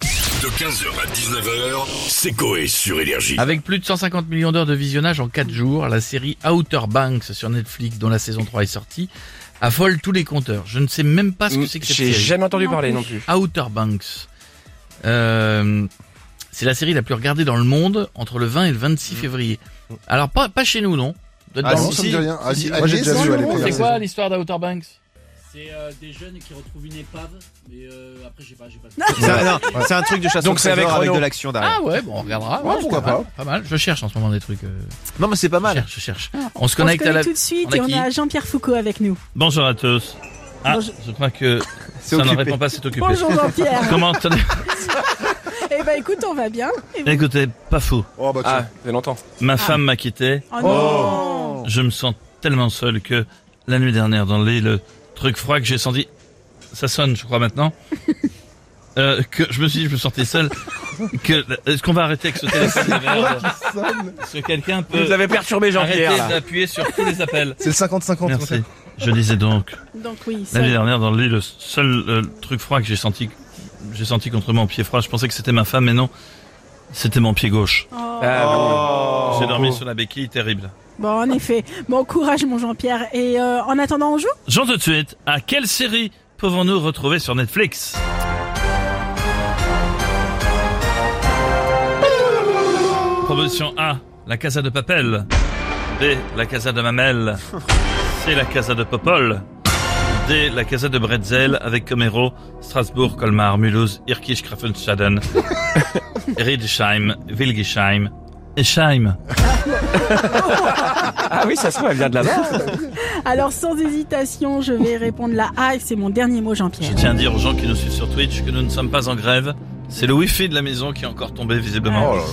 De 15h à 19h, c'est Coé sur Énergie. Ah Avec plus de 150 millions d'heures de visionnage en 4 jours, la série Outer Banks sur Netflix, dont la saison 3 est sortie, affole tous les compteurs. Je ne sais même pas ce que c'est que cette J'ai série. jamais entendu parler non plus. Outer Banks. Euh, c'est la série la plus regardée dans le monde entre le 20 et le 26 février. Alors, pas, pas chez nous, non Dans Ah, le- si, non, ça me dit rien. Ah, si, moi, j'ai déjà si, vu à non, l'époque. C'est quoi l'histoire d'Outer Banks C'est euh, des jeunes qui retrouvent une épave, mais euh, après, j'ai pas, j'ai pas. C'est un, non, c'est un truc de chasse Donc au c'est avec trésor avec, Renaud. de l'action derrière. Ah ouais, bon, on regardera. Ouais, c'est pourquoi mal, Pas mal. Je cherche en ce moment des trucs. euh, non mais c'est pas je mal. cherche, je cherche. On se On se connecte à la... connecte tout de suite on a et on qui a Jean-Pierre Foucault avec nous. Bonjour à tous. Ah, je crois que ça ne occupé. répond pas, c'est occupé. Bonjour Jean-Pierre. Comment ça- eh ben écoute, on va bien. Et vous Écoutez, pas fou. Oh, bah, Ah, tiens. c'est longtemps. Ma femme m'a quitté. Oh non. Je me sens tellement seul que la nuit dernière, dans le lit, le truc froid que j'ai senti, ça sonne, je crois maintenant, Euh, que je me suis dit, je me sentais seul. Que est-ce qu'on va arrêter avec ce téléphone de merde Est-ce que quelqu'un peut Vous avez perturbé Jean-Pierre. arrêter là. d'appuyer sur tous les appels C'est le 50-50. en fait. Merci. Je disais donc. Donc oui, ça- L'année dernière, dans le lit, le seul euh, truc froid que j'ai senti, j'ai senti contre mon pied froid, je pensais que c'était ma femme, mais non, c'était mon pied gauche. Oh. hein. Ah, J'ai dormi sur la béquille, terrible. Bon, en effet. Bon courage, mon Jean-Pierre. Et euh, en attendant, on joue Jean, tout de suite, à quelle série pouvons-nous retrouver sur Netflix Proposition A, La Casa de Papel. B, La Casa de Mamel. C, La Casa de Popol. D, La Casa de Bretzel avec comme héros Strasbourg, Colmar, Mulhouse, Irkisch, Grafenstaden, Riedesheim, Wilgesheim, Eschheim. Ah oui, ça se trouve, elle vient de là-bas. Alors sans hésitation, je vais répondre la A et c'est mon dernier mot, Je Jean-Pierre. tiens à dire aux gens qui nous suivent sur Twitch que nous ne sommes pas en grève. C'est le wifi de la maison qui est encore tombé visiblement. Oh là là.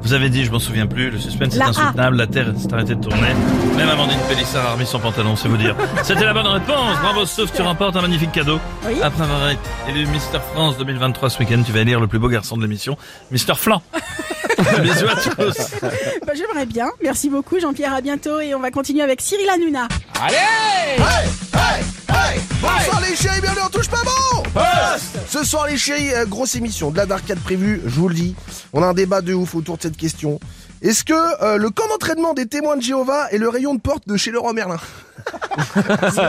Vous avez dit, je m'en souviens plus, le suspense est La A. insoutenable, la terre s'est arrêtée de tourner. Même Amandine Pélissard a remis son pantalon, c'est vous dire. C'était la bonne réponse. Bravo, sauf tu remportes un magnifique cadeau. Oui. Après avoir été élu Mister France 2023 ce week-end, tu vas élire le plus beau garçon de l'émission, Mister Flan. Bisous à tous. Bah, J'aimerais bien. Merci beaucoup, Jean-Pierre. À bientôt et on va continuer avec Cyril Hanouna. Bonsoir les chéris, bienvenue, on touche pas bon Ce soir les chéris, euh, grosse émission, de la d'arcade prévue, je vous le dis. On a un débat de ouf autour de cette question. Est-ce que euh, le camp d'entraînement des témoins de Jéhovah est le rayon de porte de chez Leroy Merlin Ouais, Ça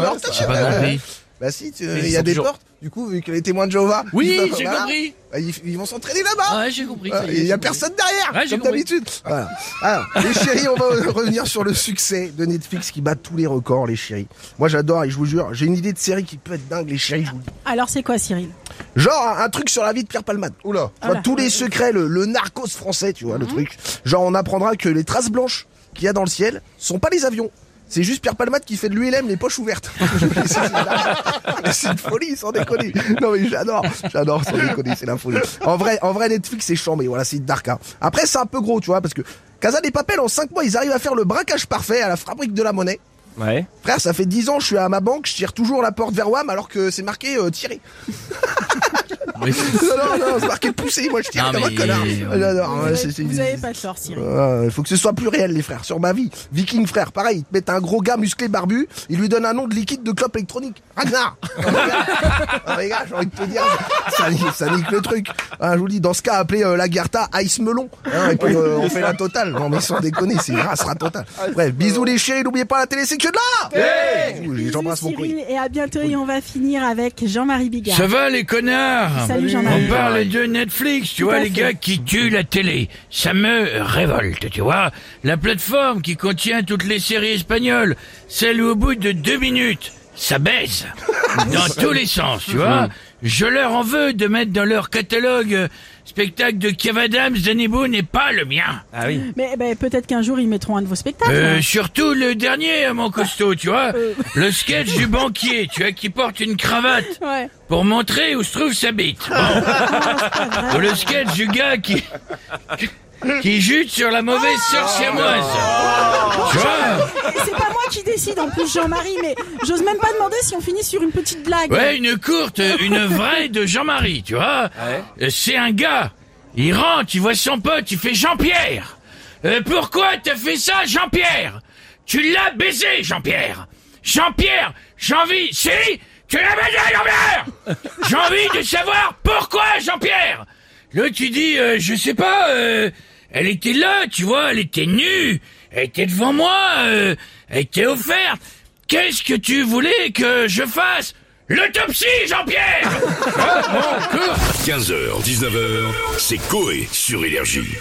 marche, J'ai pas compris. Bah si, tu- Mais il ils y a sont des toujours- portes, du coup, vu que les témoins de Jéhovah... Oui, ils- j'ai voilà, compris. bah, ils, ils vont s'entraîner là-bas Ouais, j'ai compris. ça Ouais, y est, Il y a j'ai compris. personne derrière, Ouais, j'ai comme compris. d'habitude. Voilà. Alors, les chéris, on va revenir sur le succès de Netflix qui bat tous les records, les chéris. Moi, j'adore et je vous jure, j'ai une idée de série qui peut être dingue, les chéris. je vous le dis. Alors c'est quoi, Cyril Genre un, un truc sur la vie de Pierre Palmade. Oula. Oula. tous les secrets, le, le narcos français, tu vois, le truc. Genre, on apprendra que les traces blanches qu'il y a dans le ciel sont pas les avions. C'est juste Pierre Palmade qui fait de l'ULM les poches ouvertes. Je me dis, c'est- c'est dingue. c'est une folie, sans déconner. Non mais j'adore, j'adore, sans déconner, c'est la folie. En vrai, en vrai Netflix c'est chiant, mais voilà, c'est dark. hein. Après c'est un peu gros, tu vois, parce que Casa des Papel en 5 mois ils arrivent à faire le braquage parfait à la fabrique de la monnaie. Ouais. Frère, ça fait 10 ans je suis à ma banque, je tire toujours la porte vers WAM alors que c'est marqué euh, tirer. Oui. Non, non, non, c'est marqué pousser, moi je tire Non, comme un mais- connard. ouais. J'adore, Vous Ah, ouais, avez- c'est- c'est- Vous avez pas de tort, Cyril. il Euh, faut que ce soit plus réel, les frères, sur ma vie. Viking, frère, pareil, ils te mettent un gros gars musclé barbu, ils lui donnent un nom de liquide de clope électronique. Ragnar Ah, les gars, ah, les gars, j'ai envie de te dire, ça, nique- ça nique le truc. Ah, je vous dis, dans ce cas, appelez euh, Lagarta Ice Melon. hein, et puis euh, on fait la totale. Non, mais sans déconner, c'est grâce la totale. Bref, bisous les chéris, n'oubliez pas la télé, c'est que de là Bisous, Bisous, J'embrasse mon colis. Cyril et à bientôt et on va finir avec Jean-Marie Bigard. Ça va les connards Salut On Jean-Marie. parle de Netflix, tu Tout vois, à les fait. gars qui tuent la télé. Ça me révolte, tu vois. La plateforme qui contient toutes les séries espagnoles, celle où au bout de deux minutes, ça baisse. Dans tous les sens, tu vois. Je leur en veux de mettre dans leur catalogue euh, spectacle de Kev Adams, Danny Boone et pas le mien. Ah oui. Mais ben, peut-être qu'un jour ils mettront un de vos spectacles. Euh, surtout le dernier, euh, mon costaud, tu vois. Le sketch du banquier, tu vois, qui porte une cravate Ouais. pour montrer où se trouve sa bite. Bon. Ou le sketch du gars qui qui jute sur la mauvaise sœur siamoise. Tu vois Et C'est pas moi qui décide en plus Jean-Marie, mais j'ose même pas demander si on finit sur une petite blague. Ouais, une courte, une vraie de Jean-Marie, tu vois Euh, C'est un gars, il rentre, il voit son pote, il fait Jean-Pierre Euh, Pourquoi t'as fait ça, Jean-Pierre Tu l'as baisé, Jean-Pierre Jean-Pierre, j'ai envie... Si Tu l'as baisé, Jean-Pierre J'ai envie de savoir pourquoi, Jean-Pierre L'autre, il dit, euh, je sais pas, euh, elle était là, tu vois, elle était nue, elle était devant moi, euh, elle était offerte. Qu'est-ce que tu voulais que je fasse L'autopsie, Jean-Pierre 15h, 19h, c'est Coé sur Énergie.